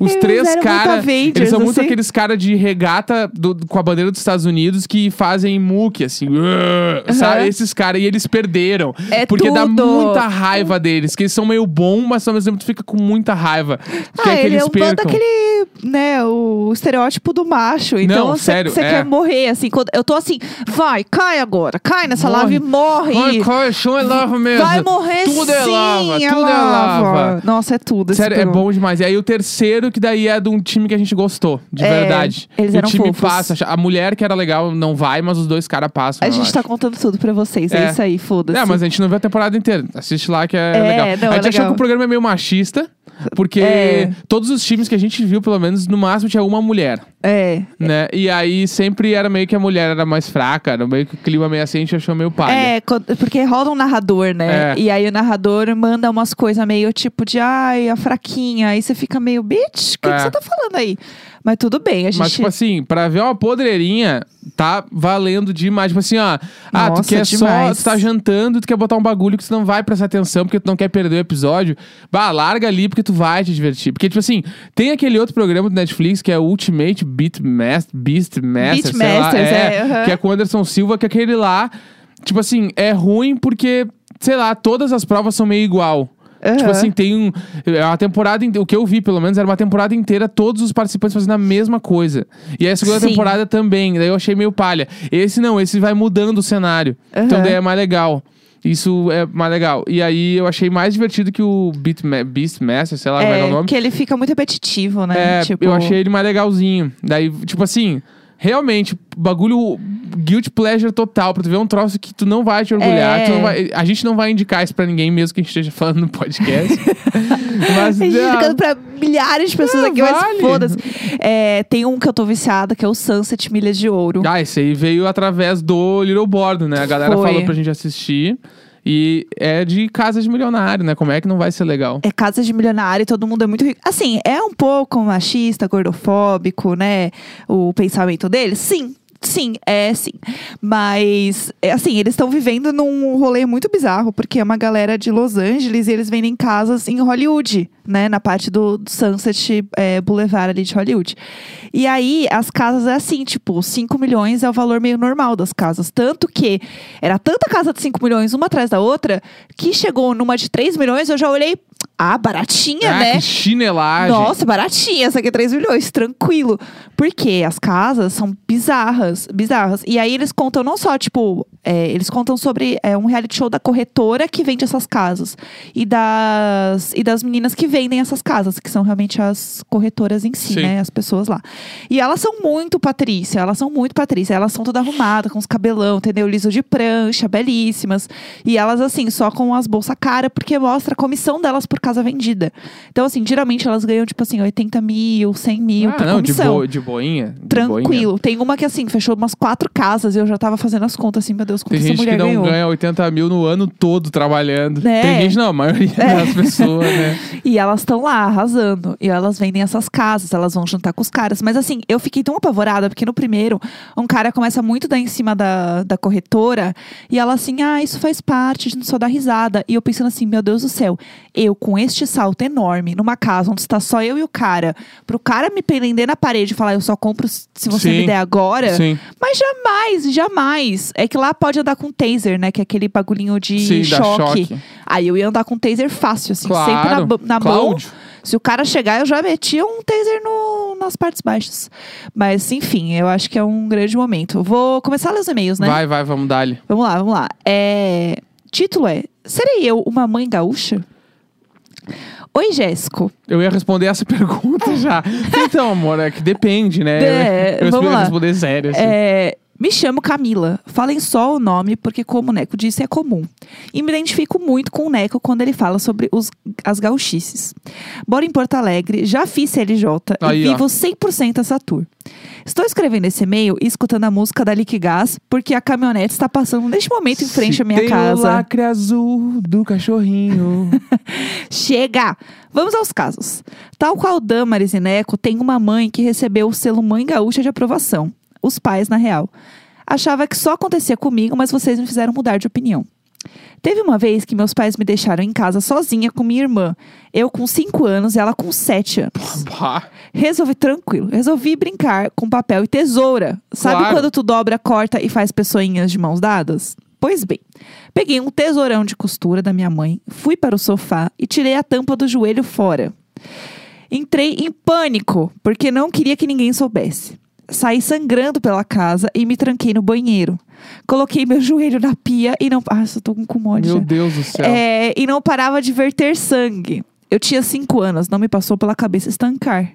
Speaker 2: Os
Speaker 1: Eles
Speaker 2: três
Speaker 1: eram muito
Speaker 2: caras,
Speaker 1: Avengers,
Speaker 2: eles são muito
Speaker 1: assim.
Speaker 2: aqueles caras de regata do- com a bandeira dos Estados Unidos que fazem muque assim, sabe? Esses caras e eles perderam,
Speaker 1: É
Speaker 2: porque dá
Speaker 1: tudo.
Speaker 2: muita raiva deles, que eles são meio bom, mas ao mesmo tempo tu fica com muita raiva. Tu quer
Speaker 1: ah,
Speaker 2: que
Speaker 1: ele
Speaker 2: eles
Speaker 1: é um bando
Speaker 2: percam.
Speaker 1: daquele, né, o estereótipo do macho. Então
Speaker 2: Não,
Speaker 1: você
Speaker 2: sério,
Speaker 1: você
Speaker 2: é.
Speaker 1: quer morrer, assim. Quando eu tô assim, vai, cai agora, cai nessa
Speaker 2: Morre.
Speaker 1: lava e morre.
Speaker 2: Ai, cara, chão é lava mesmo.
Speaker 1: Vai morrer sim,
Speaker 2: Tudo é lava,
Speaker 1: a
Speaker 2: tudo é lava.
Speaker 1: Nossa, é tudo. esse
Speaker 2: Sério, é
Speaker 1: programa.
Speaker 2: bom demais. E aí o terceiro, que daí é de um time que a gente gostou, de
Speaker 1: É,
Speaker 2: verdade.
Speaker 1: eles
Speaker 2: o
Speaker 1: eram
Speaker 2: time
Speaker 1: fofos.
Speaker 2: passa. A mulher que era legal não vai, mas os dois caras passam.
Speaker 1: A
Speaker 2: eu
Speaker 1: gente
Speaker 2: acho.
Speaker 1: tá contando tudo pra vocês. É,
Speaker 2: É.
Speaker 1: isso aí, foda-se.
Speaker 2: É, mas a gente não viu a temporada inteira. Assiste lá que é,
Speaker 1: É, não, é
Speaker 2: legal. a gente achou
Speaker 1: legal.
Speaker 2: que o programa é meio machista, porque
Speaker 1: É.
Speaker 2: todos os times que a gente viu, pelo menos, no máximo tinha uma mulher,
Speaker 1: É.
Speaker 2: né? E aí sempre era meio que a mulher era mais fraca, era meio que o clima meio assim, a gente achou meio palha.
Speaker 1: É, quando- porque rola um narrador, né?
Speaker 2: É.
Speaker 1: E aí o narrador manda umas coisas meio tipo de, ai, a fraquinha. Aí você fica meio, bitch, o que, que
Speaker 2: É.
Speaker 1: você tá falando aí? Mas tudo bem, a gente.
Speaker 2: Mas, tipo assim, pra ver uma podreirinha, tá valendo demais. Tipo assim, ó. Ah, tu
Speaker 1: Nossa,
Speaker 2: quer só.
Speaker 1: demais.
Speaker 2: Tu tá jantando, tu quer botar um bagulho que tu não vai prestar atenção, porque tu não quer perder o episódio. Bah, larga ali, porque tu vai te divertir. Porque, tipo assim, tem aquele outro programa do Netflix que é Ultimate Beatmaster, Beastmaster, sei lá.
Speaker 1: Beatmasters,
Speaker 2: é,
Speaker 1: é, aham.
Speaker 2: Que é com o Anderson Silva, que é aquele lá. Tipo assim, é ruim porque, sei lá, todas as provas são meio igual.
Speaker 1: Aham.
Speaker 2: Tipo assim, tem um. É uma temporada. inte- O que eu vi, pelo menos, era uma temporada inteira, todos os participantes fazendo a mesma coisa. E aí a segunda
Speaker 1: Sim.
Speaker 2: temporada também. Daí eu achei meio palha. Esse não, esse vai mudando o cenário. Então
Speaker 1: Aham.
Speaker 2: daí é mais legal. Isso é mais legal. E aí eu achei mais divertido que o Beatma Beastmaster, sei lá como é que é o
Speaker 1: é,
Speaker 2: nome.
Speaker 1: que ele fica muito repetitivo, né?
Speaker 2: É,
Speaker 1: tipo,
Speaker 2: eu achei ele mais legalzinho. Daí, tipo assim, realmente, bagulho guilt pleasure total, pra tu ver um troço que tu não vai te orgulhar.
Speaker 1: É.
Speaker 2: tu não vai- a gente não vai indicar isso pra ninguém, mesmo que a gente esteja falando no podcast. Mas
Speaker 1: A gente
Speaker 2: ah,
Speaker 1: tá ficando pra milhares de pessoas
Speaker 2: Ah,
Speaker 1: aqui,
Speaker 2: vale.
Speaker 1: mas foda-se. É, tem um que eu tô viciada, que é o Sunset Milha de Ouro.
Speaker 2: Ah, esse aí veio através do Little Bordo, né? A galera
Speaker 1: Foi.
Speaker 2: falou pra gente assistir. E é de casa de milionário, né? Como é que não vai ser legal?
Speaker 1: É casa de milionário, todo mundo é muito rico. Assim, é um pouco machista, gordofóbico, né? O pensamento dele? Sim. Sim, é sim. Mas, é, assim, eles estão vivendo num rolê muito bizarro, porque é uma galera de Los Angeles e eles vendem casas em Hollywood, né? Na parte do, do Sunset é, Boulevard ali de Hollywood. E aí, as casas é assim, tipo, 5 milhões é o valor meio normal das casas. Tanto que era tanta casa de 5 milhões, uma atrás da outra, que chegou numa de 3 milhões, eu já olhei. Ah, baratinha,
Speaker 2: ah,
Speaker 1: né?
Speaker 2: que chinelagem.
Speaker 1: Nossa, baratinha, essa aqui é 3 milhões, tranquilo. Porque as casas são bizarras, bizarras. E aí eles contam não só, tipo, é, eles contam sobre é, um reality show da corretora que vende essas casas. E das, e das meninas que vendem essas casas, que são realmente as corretoras em si,
Speaker 2: Sim.
Speaker 1: né? As pessoas lá. E elas são muito Patrícia, elas são muito Patrícia. Elas são toda arrumada, com os cabelão, entendeu? Liso de prancha, belíssimas. E elas, assim, só com as bolsas cara, porque mostra a comissão delas por casa vendida. Então, assim, geralmente elas ganham, tipo assim, 80 mil, 100 mil
Speaker 2: ah,
Speaker 1: por
Speaker 2: não, de,
Speaker 1: comissão.
Speaker 2: bo de boinha. de boinha.
Speaker 1: Tranquilo. Tem uma que, assim, fechou umas quatro casas e eu já tava fazendo as contas, assim, meu Deus, quanto
Speaker 2: Tem
Speaker 1: essa
Speaker 2: gente
Speaker 1: mulher
Speaker 2: que um não
Speaker 1: ganhou.
Speaker 2: ganha 80 mil no ano todo trabalhando.
Speaker 1: Né? É.
Speaker 2: Tem gente, não, a maioria das pessoas, né?
Speaker 1: E elas estão lá arrasando. E elas vendem essas casas, elas vão juntar com os caras. Mas assim, eu fiquei tão apavorada, porque no primeiro, um cara começa muito dar em cima da, da corretora. E ela assim, ah, isso faz parte, a gente só dá risada. E eu pensando assim, meu Deus do céu, eu com este salto enorme, numa casa onde está só eu e o cara, pro cara me prender na parede e falar, eu só compro se você
Speaker 2: Sim.
Speaker 1: me der agora.
Speaker 2: Sim.
Speaker 1: Mas jamais, jamais. É que lá pode andar com taser, né? Que é aquele bagulhinho de
Speaker 2: Sim, dá
Speaker 1: choque.
Speaker 2: choque.
Speaker 1: Aí eu ia andar com taser fácil, assim,
Speaker 2: Claro.
Speaker 1: sempre na, bo- na mão.
Speaker 2: Cláudio.
Speaker 1: Se o cara chegar, eu já metia um taser no, nas partes baixas. Mas, enfim, eu acho que é um grande momento. Vou começar a ler os e-mails, né?
Speaker 2: Vai, vai, vamos dar-lhe.
Speaker 1: Vamos lá, vamos lá. É, Título é: Serei eu uma mãe gaúcha? Oi, Jéssico.
Speaker 2: Eu ia responder essa pergunta já. Então, amor, é que depende, né?
Speaker 1: É,
Speaker 2: eu eu
Speaker 1: vamos
Speaker 2: ia
Speaker 1: lá.
Speaker 2: responder sério. assim.
Speaker 1: É, me chamo Camila. Falem só o nome, porque como o Neco disse, é comum. E me identifico muito com o Neco quando ele fala sobre os, as gauchices. Bora em Porto Alegre, já fiz CLJ
Speaker 2: Aí,
Speaker 1: e
Speaker 2: ó.
Speaker 1: vivo 100% essa tour. Estou escrevendo esse e-mail e escutando a música da Liquigás, porque a caminhonete está passando neste momento em frente
Speaker 2: Se
Speaker 1: à minha
Speaker 2: tem um
Speaker 1: casa.
Speaker 2: O lacre azul do cachorrinho.
Speaker 1: Chega! Vamos aos casos. Tal qual Damaris e Neco, tem uma mãe que recebeu o selo Mãe Gaúcha de aprovação. Os pais, na real. Achava que só acontecia comigo, mas vocês me fizeram mudar de opinião. Teve uma vez que meus pais me deixaram em casa sozinha com minha irmã. Eu com 5 anos e ela com 7 anos.
Speaker 2: Bah.
Speaker 1: Resolvi tranquilo. Resolvi brincar com papel e tesoura. Sabe
Speaker 2: Claro.
Speaker 1: quando tu dobra, corta e faz pessoinhas de mãos dadas? Pois bem, peguei um tesourão de costura da minha mãe, fui para o sofá e tirei a tampa do joelho fora. Entrei em pânico, porque não queria que ninguém soubesse. Saí sangrando pela casa e me tranquei no banheiro. Coloquei meu joelho na pia e não. Ah, eu tô com comode.
Speaker 2: Meu Deus do céu.
Speaker 1: É, e não parava de verter sangue. Eu tinha cinco anos, não me passou pela cabeça estancar.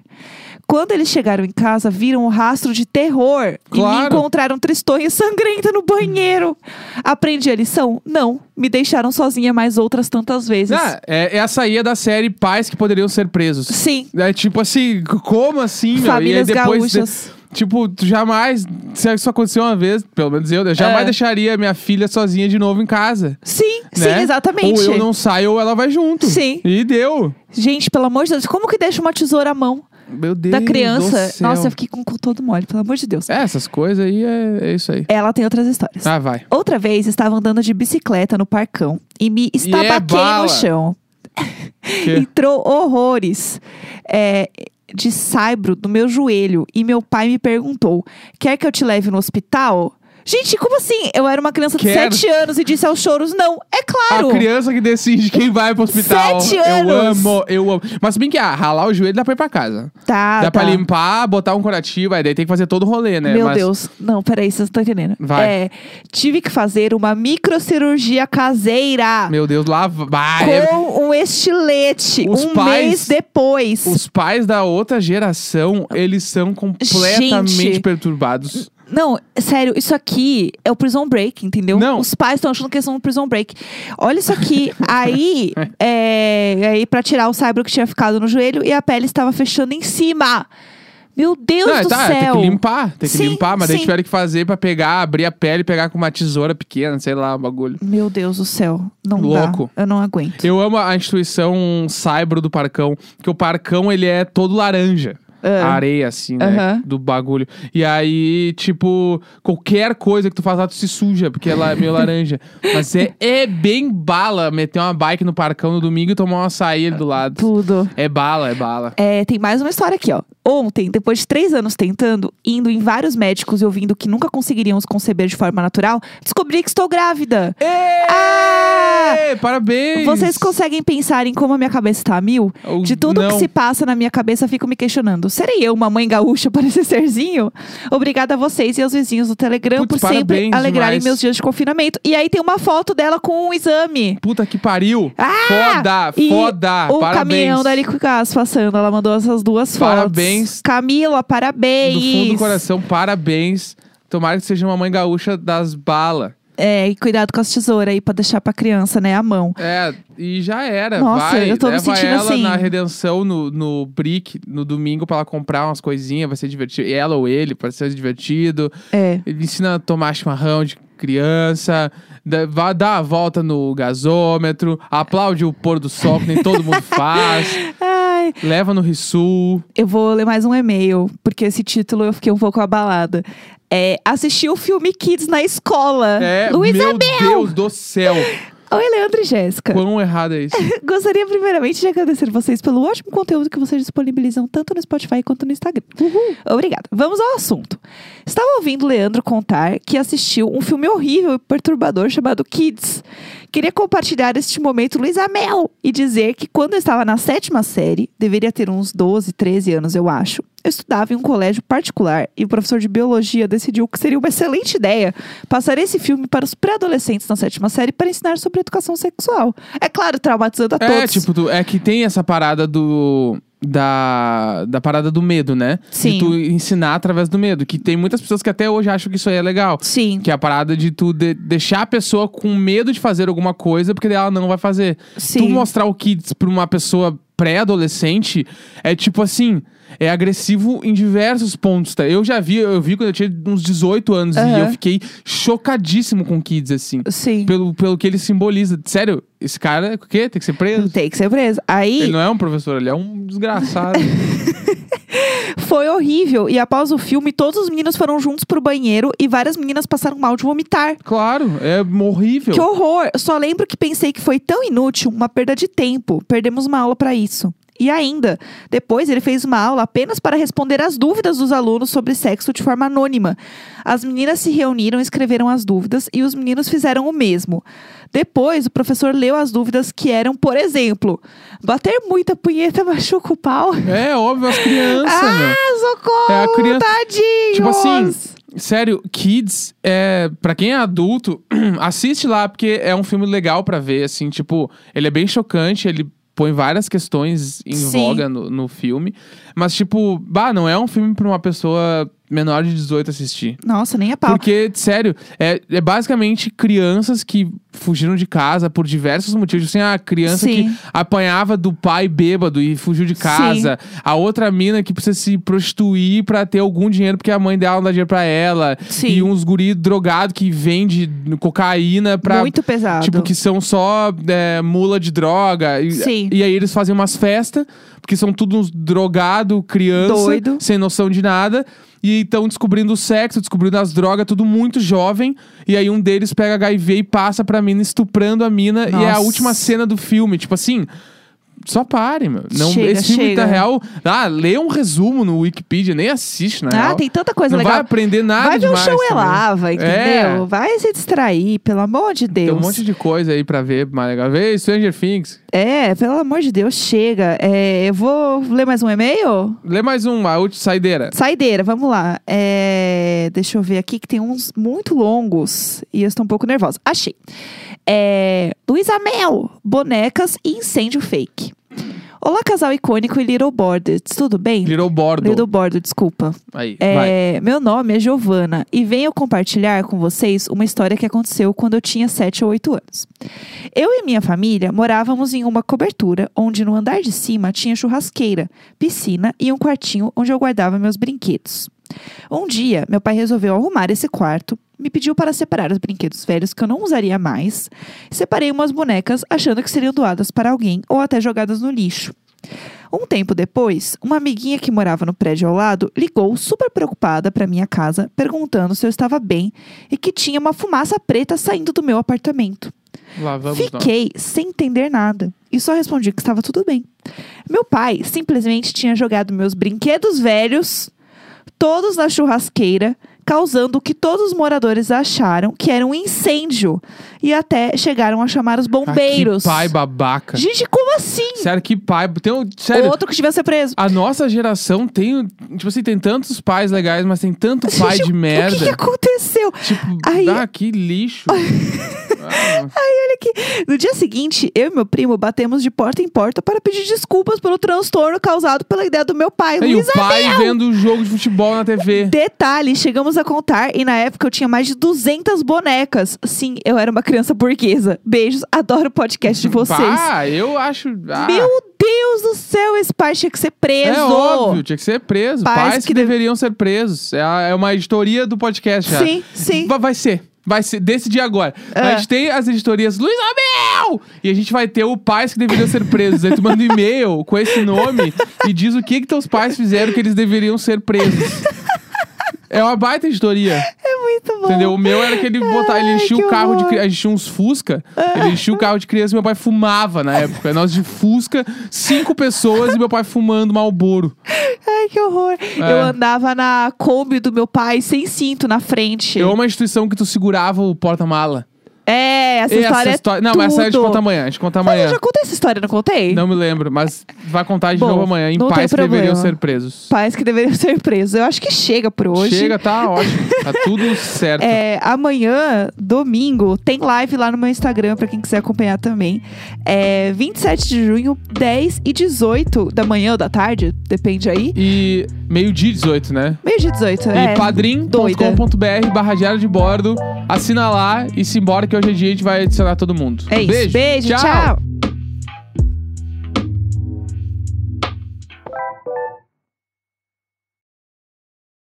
Speaker 1: Quando eles chegaram em casa, viram o rastro de terror e me
Speaker 2: Claro.
Speaker 1: encontraram tristonha e sangrenta no banheiro. Aprendi a lição? Não. Me deixaram sozinha mais outras tantas vezes.
Speaker 2: Ah, é, essa aí é da série Pais que Poderiam Ser Presos.
Speaker 1: Sim.
Speaker 2: É tipo assim, como assim, meu?
Speaker 1: Famílias
Speaker 2: e aí depois,
Speaker 1: gaúchas.
Speaker 2: Tipo, tu jamais, se isso aconteceu uma vez, pelo menos eu, eu jamais
Speaker 1: É.
Speaker 2: deixaria minha filha sozinha de novo em casa.
Speaker 1: Sim,
Speaker 2: né?
Speaker 1: sim, exatamente.
Speaker 2: Ou eu não saio ou ela vai junto.
Speaker 1: Sim.
Speaker 2: E deu.
Speaker 1: Gente, pelo amor de Deus, como que deixa uma tesoura à mão
Speaker 2: Meu Deus.
Speaker 1: da
Speaker 2: do
Speaker 1: criança?
Speaker 2: céu.
Speaker 1: Nossa, eu fiquei com o cu todo mole, pelo amor de Deus.
Speaker 2: É, essas coisas aí é, é isso aí.
Speaker 1: Ela tem outras histórias.
Speaker 2: Ah, vai.
Speaker 1: Outra vez estava andando de bicicleta no parcão e me estabaquei
Speaker 2: é bala.
Speaker 1: no chão.
Speaker 2: Que-
Speaker 1: Entrou horrores é, de saibro do meu joelho e meu pai me perguntou: quer que eu te leve no hospital? Gente, como assim? Eu era uma criança de
Speaker 2: Quero.
Speaker 1: sete anos e disse aos choros: não, é claro!
Speaker 2: A criança que decide quem vai pro hospital.
Speaker 1: Sete
Speaker 2: Eu
Speaker 1: anos.
Speaker 2: amo, eu amo. Mas se bem que ah, ralar o joelho dá pra ir pra casa.
Speaker 1: Tá, tá.
Speaker 2: dá pra limpar, botar um curativo, aí daí tem que fazer todo o rolê, né?
Speaker 1: Meu
Speaker 2: Mas-
Speaker 1: Deus, não, peraí, vocês não estão entendendo.
Speaker 2: Vai.
Speaker 1: É, tive que fazer uma microcirurgia caseira
Speaker 2: Meu Deus, lá vai. é-
Speaker 1: com um estilete
Speaker 2: Os
Speaker 1: um
Speaker 2: pais-
Speaker 1: mês depois.
Speaker 2: Os pais da outra geração, eles são completamente
Speaker 1: Gente.
Speaker 2: perturbados.
Speaker 1: Não, sério, isso aqui é o Prison Break, entendeu?
Speaker 2: Não.
Speaker 1: Os pais estão achando que eles são um Prison Break. Olha isso aqui. aí, é, aí para tirar o cyber que tinha ficado no joelho e a pele estava fechando em cima. Meu Deus
Speaker 2: Não,
Speaker 1: do
Speaker 2: tá, tem
Speaker 1: céu.
Speaker 2: que limpar, tem que
Speaker 1: Sim,
Speaker 2: limpar, mas daí
Speaker 1: sim.
Speaker 2: tiveram que fazer pra pegar, abrir a pele, pegar com uma tesoura pequena, sei lá, um bagulho.
Speaker 1: Meu Deus do céu. Não
Speaker 2: Louco.
Speaker 1: dá. Eu não aguento.
Speaker 2: Eu amo a instituição Saibro do Parcão, porque o Parcão ele é todo laranja. a areia, assim, né?
Speaker 1: Ah. Aham.
Speaker 2: Do bagulho. E aí, tipo, qualquer coisa que tu faz lá, tu se suja, porque ela é meio laranja. Mas é, é bem bala meter uma bike no parcão no domingo e tomar uma açaí ali do lado.
Speaker 1: Tudo.
Speaker 2: É bala, é bala.
Speaker 1: É, tem mais uma história aqui, ó. Ontem, depois de três anos tentando, indo em vários médicos e ouvindo que nunca conseguiriam os conceber de forma natural, descobri que estou grávida. Ah!
Speaker 2: Ê, Parabéns!
Speaker 1: Vocês conseguem pensar em como a minha cabeça tá a mil?
Speaker 2: Ou
Speaker 1: De tudo que
Speaker 2: Oh, não.
Speaker 1: se passa na minha cabeça, fico me questionando. Serei eu uma mãe gaúcha para esse serzinho? Obrigada a vocês e aos vizinhos do Telegram
Speaker 2: Putz,
Speaker 1: por sempre
Speaker 2: parabéns
Speaker 1: alegrarem
Speaker 2: demais.
Speaker 1: meus dias de confinamento. E aí tem uma foto dela com um exame.
Speaker 2: Puta que pariu!
Speaker 1: Ah!
Speaker 2: foda,
Speaker 1: E
Speaker 2: foda!
Speaker 1: o
Speaker 2: Ah, parabéns!
Speaker 1: caminhão da Liquid Gas passando. Ela mandou essas duas fotos.
Speaker 2: Parabéns.
Speaker 1: Camila, parabéns.
Speaker 2: Do fundo do coração, parabéns. Tomara que seja uma mãe gaúcha das balas.
Speaker 1: É, e cuidado com as tesouras aí pra deixar pra criança, né? A mão.
Speaker 2: É, e já era.
Speaker 1: Nossa,
Speaker 2: vai,
Speaker 1: eu tô me
Speaker 2: leva
Speaker 1: sentindo
Speaker 2: ela
Speaker 1: assim.
Speaker 2: na redenção no, no Brick no domingo pra ela comprar umas coisinhas, vai ser divertido. Ela ou ele, pra ser divertido.
Speaker 1: É.
Speaker 2: Ele ensina a tomar chimarrão de criança, dá, vá dar a volta no gasômetro, aplaude o pôr do sol, que nem todo mundo faz,
Speaker 1: Ai,
Speaker 2: leva no Rissul.
Speaker 1: Eu vou ler mais um e-mail, porque esse título eu fiquei um pouco abalada. É, assisti o filme Kids na escola.
Speaker 2: É,
Speaker 1: Ah. Luiz
Speaker 2: meu
Speaker 1: Abel!
Speaker 2: Deus do céu,
Speaker 1: Oi, Leandro e Jéssica.
Speaker 2: quão errado é isso?
Speaker 1: Gostaria primeiramente de agradecer vocês pelo ótimo conteúdo que vocês disponibilizam tanto no Spotify quanto no Instagram. Obrigada. Vamos ao assunto. Estava ouvindo o Leandro contar que assistiu um filme horrível e perturbador chamado Kids. Queria compartilhar este momento Luiz Amel e dizer que quando eu estava na sétima série, deveria ter uns 12, 13 anos, eu acho. Eu estudava em um colégio particular e o professor de biologia decidiu que seria uma excelente ideia passar esse filme para os pré-adolescentes na sétima série para ensinar sobre educação sexual. É claro, traumatizando a
Speaker 2: É,
Speaker 1: todos.
Speaker 2: tipo, tu- é que tem essa parada do. Da, da parada do medo, né?
Speaker 1: Sim.
Speaker 2: De tu ensinar através do medo. Que tem muitas pessoas que até hoje acham que isso aí é legal.
Speaker 1: Sim,
Speaker 2: Que é a parada de tu de- deixar a pessoa com medo de fazer alguma coisa, porque daí ela não vai fazer.
Speaker 1: Sim.
Speaker 2: Tu mostrar o Kids pra uma pessoa pré-adolescente é tipo assim. É agressivo em diversos pontos, tá? Eu já vi, eu vi quando eu tinha uns 18 anos
Speaker 1: Aham.
Speaker 2: e eu fiquei chocadíssimo com Kids, assim.
Speaker 1: sim.
Speaker 2: Pelo, pelo que ele simboliza. Sério, esse cara, o quê? Tem que ser preso?
Speaker 1: Tem que ser preso. Aí.
Speaker 2: Ele não é um professor, ele é um desgraçado.
Speaker 1: Foi horrível. E após o filme, todos os meninos foram juntos pro banheiro e várias meninas passaram mal de vomitar.
Speaker 2: claro, é horrível.
Speaker 1: Que horror! Eu Só lembro que pensei que foi tão inútil, uma perda de tempo. Perdemos uma aula pra isso. E ainda, depois ele fez uma aula apenas para responder às dúvidas dos alunos sobre sexo de forma anônima. As meninas se reuniram e escreveram as dúvidas e os meninos fizeram o mesmo. Depois, o professor leu as dúvidas que eram, por exemplo, bater muita punheta machuca o pau.
Speaker 2: É óbvio, as crianças, meu.
Speaker 1: Ah, socorro!
Speaker 2: É a criança-
Speaker 1: Tadinhos!
Speaker 2: Tipo assim, sério, Kids, é, pra quem é adulto, assiste lá, porque é um filme legal pra ver, assim, tipo, ele é bem chocante, ele põe várias questões em
Speaker 1: Sim.
Speaker 2: voga no, no filme. Mas, tipo, bah, não é um filme pra uma pessoa menor de 18 assistir.
Speaker 1: Nossa, nem a pau.
Speaker 2: Porque, sério, é, é basicamente crianças que fugiram de casa por diversos motivos. Assim, a criança
Speaker 1: Sim.
Speaker 2: que apanhava do pai bêbado e fugiu de casa. A outra mina que precisa se prostituir pra ter algum dinheiro, porque a mãe dela não dá dinheiro pra ela.
Speaker 1: Sim.
Speaker 2: E uns guri drogado que vende cocaína pra...
Speaker 1: Muito pesado.
Speaker 2: Tipo, que são só é, mula de droga. E,
Speaker 1: Sim.
Speaker 2: e aí eles fazem umas festas, porque são tudo uns drogado, criança,
Speaker 1: Doido.
Speaker 2: sem noção de nada. E estão descobrindo o sexo, descobrindo as drogas, tudo muito jovem. E aí um deles pega HIV e passa pra mina, estuprando a mina. E é a
Speaker 1: Nossa.
Speaker 2: última cena do filme. Tipo assim. Só pare, meu. Não,
Speaker 1: Chega,
Speaker 2: esse filme
Speaker 1: chega.
Speaker 2: tá real. Ah, lê um resumo no Wikipedia, nem assiste, na
Speaker 1: Ah,
Speaker 2: real.
Speaker 1: tem tanta coisa
Speaker 2: Não vai
Speaker 1: legal.
Speaker 2: aprender nada
Speaker 1: Vai ver o
Speaker 2: demais.
Speaker 1: chão é
Speaker 2: também.
Speaker 1: lava, entendeu?
Speaker 2: É.
Speaker 1: Vai se distrair, pelo amor de Deus.
Speaker 2: Tem um monte de coisa aí pra ver mais legal. Vê Stranger Things.
Speaker 1: É, pelo amor de Deus, chega. É, eu vou ler mais um e-mail?
Speaker 2: Lê mais um, a última saideira.
Speaker 1: Saideira, vamos lá. É, deixa eu ver aqui que tem uns muito longos e eu estou um pouco nervosa. Achei. É, Luísa Mel, bonecas e incêndio fake. Olá, casal icônico e Little Borders. Tudo bem?
Speaker 2: Little Bordo.
Speaker 1: Little Border, desculpa.
Speaker 2: Aí, vai.
Speaker 1: É, meu nome é Giovana e venho compartilhar com vocês uma história que aconteceu quando eu tinha 7 ou 8 anos. Eu e minha família morávamos em uma cobertura onde no andar de cima tinha churrasqueira, piscina e um quartinho onde eu guardava meus brinquedos. Um dia, meu pai resolveu arrumar esse quarto, me pediu para separar os brinquedos velhos que eu não usaria mais. Separei umas bonecas achando que seriam doadas para alguém ou até jogadas no lixo. Um tempo depois, uma amiguinha que morava no prédio ao lado ligou super preocupada para minha casa, perguntando se eu estava bem e que tinha uma fumaça preta saindo do meu apartamento.
Speaker 2: Lá vamos nós.
Speaker 1: Fiquei sem entender nada e só respondi que estava tudo bem. Meu pai simplesmente tinha jogado meus brinquedos velhos todos na churrasqueira, causando o que todos os moradores acharam que era um incêndio e até chegaram a chamar os
Speaker 2: Ah,
Speaker 1: bombeiros.
Speaker 2: que pai babaca.
Speaker 1: Gente, como assim?
Speaker 2: Sério, que pai. Tem um, sério,
Speaker 1: Outro que devia ser preso.
Speaker 2: a nossa geração tem. Tipo assim, tem tantos pais legais, mas tem tanto pai
Speaker 1: Gente,
Speaker 2: de merda.
Speaker 1: O que, que aconteceu?
Speaker 2: Tipo,
Speaker 1: Aí-
Speaker 2: ah, que lixo. Ah,
Speaker 1: No dia seguinte, eu e meu primo batemos de porta em porta para pedir desculpas pelo transtorno causado pela ideia do meu pai.
Speaker 2: E
Speaker 1: Luiz
Speaker 2: o pai vendo o jogo de futebol na TV.
Speaker 1: Detalhe, chegamos a contar e na época eu tinha mais de 200 bonecas. Sim, eu era uma criança burguesa. Beijos, adoro o podcast de vocês.
Speaker 2: Ah, eu acho. Ah,
Speaker 1: Meu Deus do céu, esse pai tinha que ser preso.
Speaker 2: É óbvio, tinha que ser preso.
Speaker 1: Pais
Speaker 2: Pais,
Speaker 1: que
Speaker 2: que,
Speaker 1: deve-
Speaker 2: deveriam ser presos. É, a- é uma editoria do podcast já.
Speaker 1: Sim, sim.
Speaker 2: Va- Vai ser. Vai ser, decidir agora.
Speaker 1: É.
Speaker 2: A gente tem as editorias Luiz Abel! E a gente vai ter o pais que deveriam ser presos. Aí tu manda um e-mail com esse nome e diz o que que teus pais fizeram que eles deveriam ser presos. É uma baita editoria.
Speaker 1: É muito bom.
Speaker 2: Entendeu? O meu era que ele botar, ele
Speaker 1: Ai,
Speaker 2: enchia
Speaker 1: que
Speaker 2: o carro
Speaker 1: horror.
Speaker 2: de
Speaker 1: Ah.
Speaker 2: criança. A gente tinha uns Fusca. Ele enchia o carro de criança e meu pai fumava na época. Nós de Fusca, cinco pessoas e meu pai fumando Malboro.
Speaker 1: Ai, que horror.
Speaker 2: É.
Speaker 1: Eu andava na Kombi do meu pai sem cinto na frente.
Speaker 2: Eu amo É uma instituição que tu segurava o porta-mala.
Speaker 1: É, essa história é
Speaker 2: Não, mas essa a gente
Speaker 1: tudo.
Speaker 2: conta amanhã. A gente conta
Speaker 1: Mas
Speaker 2: amanhã.
Speaker 1: eu já contei essa história, não contei?
Speaker 2: Não me lembro, mas vai contar de
Speaker 1: Bom,
Speaker 2: novo amanhã. Em
Speaker 1: não tem
Speaker 2: pais que deveriam
Speaker 1: problema.
Speaker 2: ser presos.
Speaker 1: Pais que deveriam ser presos. Eu acho que chega por hoje.
Speaker 2: Chega, tá ótimo. Tá tudo certo.
Speaker 1: É, amanhã, domingo, tem live lá no meu Instagram pra quem quiser acompanhar também. É 27 de junho, 10 e 18 da manhã ou da tarde, depende aí.
Speaker 2: E meio-dia 18, né?
Speaker 1: Meio dia 18, é.
Speaker 2: E padrim.com.br barra diário de bordo. Assina lá e simbora que hoje é dia a gente vai adicionar todo mundo.
Speaker 1: É isso. Beijo, tchau.